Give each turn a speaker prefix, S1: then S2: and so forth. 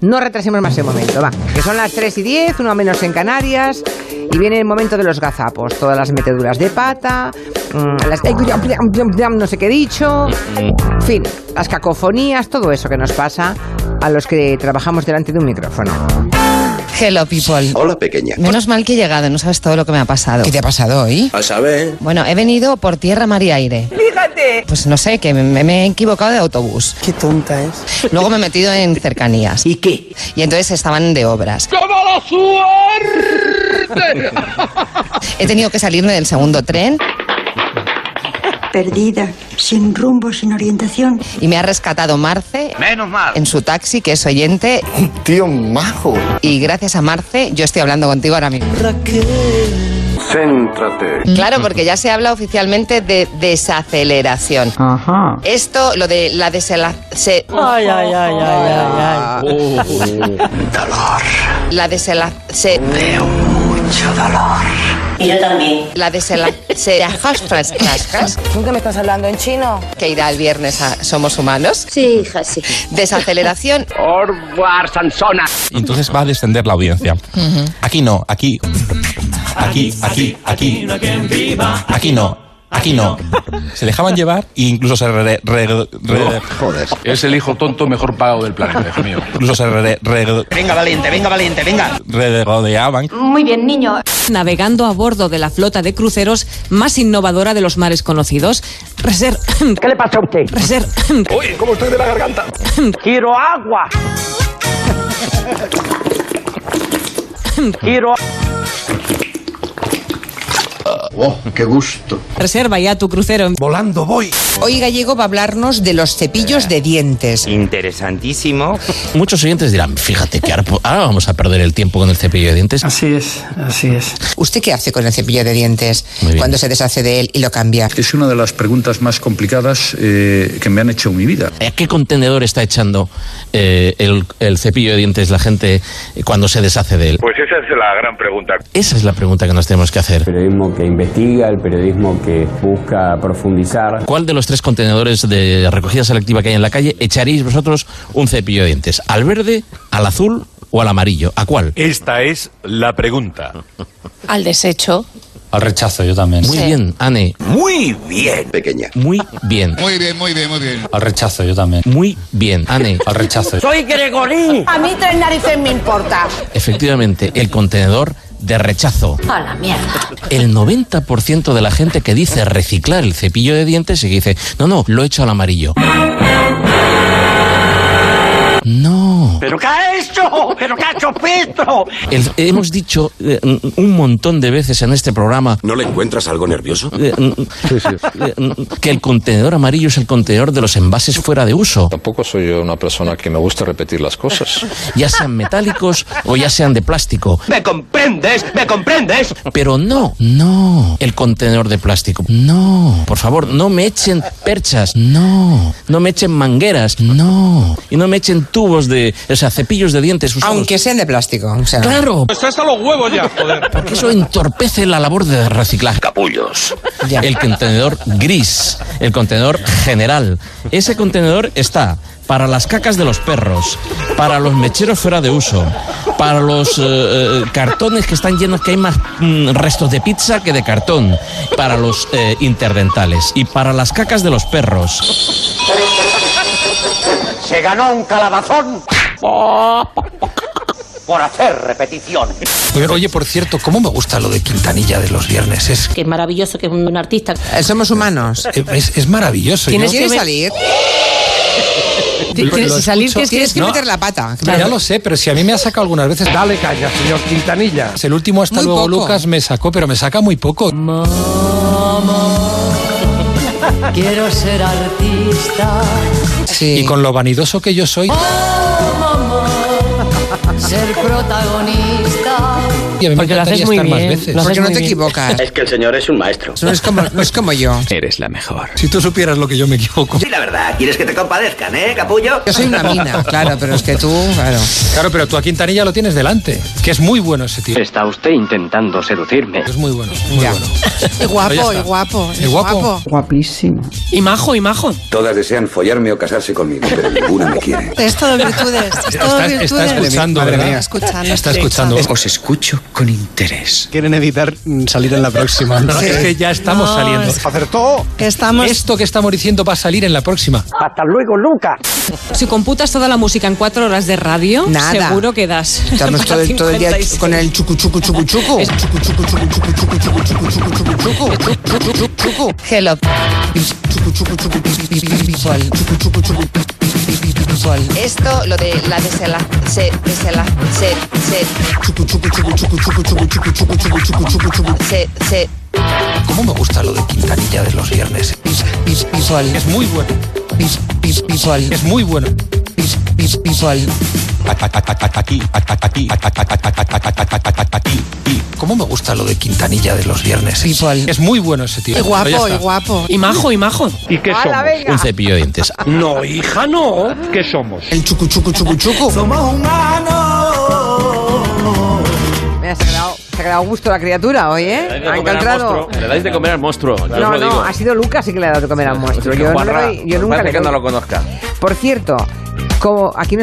S1: No retrasemos más el momento, va. Que son las 3 y 10, uno menos en Canarias. Y viene el momento de los gazapos. Todas las meteduras de pata, mm, las. No sé qué he dicho. En fin, las cacofonías, todo eso que nos pasa a los que trabajamos delante de un micrófono.
S2: Hello, people.
S3: Hola, pequeña.
S2: Menos mal que he llegado, no sabes todo lo que me ha pasado.
S4: ¿Qué te ha pasado hoy?
S3: A saber.
S2: Bueno, he venido por tierra, mar y aire.
S5: Fíjate.
S2: Pues no sé, que me, me he equivocado de autobús.
S4: Qué tonta es.
S2: Luego me he metido en cercanías.
S4: ¿Y qué?
S2: Y entonces estaban de obras.
S5: ¡Toma la suerte!
S2: He tenido que salirme del segundo tren
S6: perdida, sin rumbo, sin orientación.
S2: y me ha rescatado Marce.
S7: Menos mal.
S2: En su taxi, que es oyente,
S8: Un tío majo.
S2: y gracias a Marce yo estoy hablando contigo ahora mismo.
S3: Céntrate.
S2: Claro, porque ya se habla oficialmente de desaceleración.
S4: Ajá.
S2: Esto, lo de la desaceleración.
S4: Ay, ay, ay, ay, ay, ay.
S2: La desaceleración. Veo mucho dolor. Y yo también. La desaceleración.
S4: ¿Tú qué me estás hablando en chino?
S2: que irá el viernes a Somos Humanos.
S6: Sí, hija, sí.
S2: Desaceleración.
S7: Orwar Sansona.
S9: Y entonces va a descender la audiencia. Aquí no, aquí. Aquí, aquí, aquí. Aquí no. Aquí no. Se dejaban llevar e incluso se, re- re- re-
S8: Joder.
S10: Es el hijo tonto mejor pagado del planeta, hijo mío.
S9: incluso se re- re-
S4: Venga, valiente, venga, valiente, venga.
S9: re- rodeaban.
S6: Muy bien, niño.
S11: navegando a bordo de la flota de cruceros más innovadora de los mares conocidos. Reser... ¿Qué le pasa a usted? Reser...
S10: Uy, ¿cómo estoy de la garganta?
S5: Giro agua. Giro.
S8: Oh, qué gusto.
S11: Reserva ya tu crucero en...
S8: Volando voy.
S4: Hoy Gallego va a hablarnos de los cepillos de dientes.
S3: Interesantísimo.
S7: Muchos oyentes dirán, fíjate que ahora, po- ahora vamos a perder el tiempo con el cepillo de dientes.
S5: Así es, así es.
S4: ¿Usted qué hace con el cepillo de dientes
S7: Muy bien.
S4: cuando se deshace de él y lo cambia?
S10: Es una de las preguntas más complicadas eh, que me han hecho en mi vida.
S7: ¿A qué contenedor está echando eh, el, el cepillo de dientes la gente eh, cuando se deshace de él?
S10: Pues esa es la gran pregunta.
S7: Esa es la pregunta que nos tenemos que hacer.
S3: Periodismo que investiga, el periodismo que busca profundizar.
S7: ¿Cuál de los tres contenedores de recogida selectiva que hay en la calle echaréis vosotros un cepillo de dientes? ¿Al verde, al azul o al amarillo?
S9: Ah,
S7: ¿A cuál?
S10: Esta es la pregunta.
S11: Al desecho.
S9: Al rechazo, yo también.
S7: Muy bien, Anne.
S3: Pequeña.
S7: Muy bien.
S8: Muy bien, muy bien, muy bien.
S9: Al rechazo, yo también.
S7: Muy bien, Anne.
S9: Al rechazo.
S5: Soy Gregorín.
S2: A mí tres narices me importa.
S7: Efectivamente, el contenedor de rechazo.
S6: A la mierda.
S7: El 90% de la gente que dice reciclar el cepillo de dientes y que dice, no, no, lo he hecho al amarillo. No.
S5: ¿Pero qué ha hecho? ¿Pero qué ha hecho Petro?
S7: El- hemos dicho eh, un montón de veces en este programa
S3: ¿No le encuentras algo nervioso?
S7: eh, eh, que el contenedor amarillo es el contenedor de los envases fuera de uso,
S10: Tampoco soy yo una persona que me gusta repetir las cosas.
S7: ya sean metálicos o ya sean de plástico.
S5: ¿Me comprendes? ¿Me comprendes?
S7: Pero no, no, el contenedor de plástico. No, por favor, no me echen perchas. No, no me echen mangueras. No, y no me echen tubos de, o sea, cepillos de dientes usados.
S4: Aunque sean de plástico. O sea,
S7: Claro,
S10: Está hasta los huevos ya, joder.
S7: porque eso entorpece la labor de reciclaje.
S3: Capullos.
S4: Ya.
S7: El contenedor gris, el contenedor general. Ese contenedor está para las cacas de los perros, para los mecheros fuera de uso, para los eh, eh, cartones que están llenos, que hay más mm, restos de pizza que de cartón, para los eh, interdentales y para las cacas de los perros.
S5: Se ganó un calabazón por hacer repetición.
S9: Oye, por cierto, ¿cómo me gusta lo de Quintanilla de los viernes? Es,
S11: Qué maravilloso que es un artista.
S4: eh, somos humanos.
S9: es, es maravilloso.
S4: ¿Tienes
S9: Yo-
S4: que salir?
S9: Lo-
S4: ¿Quieres
S9: lo
S4: salir?
S9: escucho.
S4: Tienes, tienes que
S9: No.
S4: meter la pata.
S9: Ya lo sé, pero si a mí me ha sacado algunas veces. Dale calla, señor Quintanilla. El último hasta
S4: Muy
S9: luego
S4: poco.
S9: Lucas me sacó, pero me saca muy poco.
S11: Quiero ser artista.
S4: Sí.
S9: Y con lo vanidoso que yo soy,
S11: Ser protagonista. Porque lo haces muy bien. lo haces
S4: Porque no
S11: muy
S4: te
S11: bien.
S4: equivocas.
S12: Es que el señor es un maestro.
S4: No es como, no es como yo.
S12: Eres la mejor.
S9: Si tú supieras lo que yo me equivoco.
S12: Sí, la verdad. ¿Quieres que te compadezcan, eh, capullo?
S4: Yo soy una mina, claro, pero es que tú, claro.
S9: Claro, pero tú a Quintanilla lo tienes delante, que es muy bueno ese tío.
S12: Está usted intentando seducirme.
S9: Es muy bueno, muy bueno.
S13: Y
S9: Pero ya
S13: guapo,
S9: está.
S13: y guapo,
S9: ¿Y
S13: y
S9: guapo?
S13: guapo.
S14: Guapísimo.
S13: Y majo, y majo.
S15: Todas desean follarme o casarse conmigo, pero ninguna me quiere.
S13: Es todo virtudes. Es todo
S9: Está- está
S13: virtudes.
S9: escuchando, Madre ¿verdad? mía.
S13: Escuchando,
S9: Está
S13: sí.
S9: escuchando.
S12: Os escucho con interés.
S9: Quieren evitar mm, salir en la próxima. No,
S13: Sí.
S9: es que ya estamos
S13: No,
S9: saliendo.
S13: es-
S9: Acertó.
S13: Estamos-
S9: Esto que estamos diciendo va a salir en la próxima. Hasta luego, Luca.
S11: Si computas toda la música en cuatro horas de radio,
S1: Nada.
S11: seguro que das.
S1: Estamos todo, el- todo el día con el chucu chucu chucu chucu. Chucu chucu chucu chucu chucu chucu chucu chucu chucu chucu. Chucu chucu chucu.
S2: Hello. Esto, lo de la desela... Se, desela... Se, se... Se, se...
S9: ¿Cómo me gusta lo de Quintanilla de los viernes? Visual. Es muy bueno. Visual. Es muy bueno. Visual. Aquí, aquí, aquí, ¿Cómo me gusta lo de Quintanilla de los viernes? Visual. Es muy bueno ese tío.
S13: Y guapo, y guapo. Y majo, y majo.
S9: ¿Y qué
S13: Hala,
S9: somos?
S13: venga.
S9: Un cepillo de dientes.
S5: No, hija, no. ¿Qué somos?
S1: El chucu chucu chucu chucu. Somos Mira, se ha quedado, se ha quedado a gusto la criatura hoy, ¿eh?
S16: Le dais de comer
S1: Ha
S16: al
S1: encontrado.
S16: monstruo. Le dais de comer al monstruo, yo
S1: No,
S16: os lo
S1: no,
S16: digo.
S1: ha sido Lucas y que le ha dado de comer al monstruo.
S16: Porque
S1: Yo, no le
S16: Juanra,
S1: doy- yo
S16: me
S1: nunca
S16: parece
S1: le
S16: que no
S1: doy.
S16: lo conozca.
S1: Por cierto, como aquí no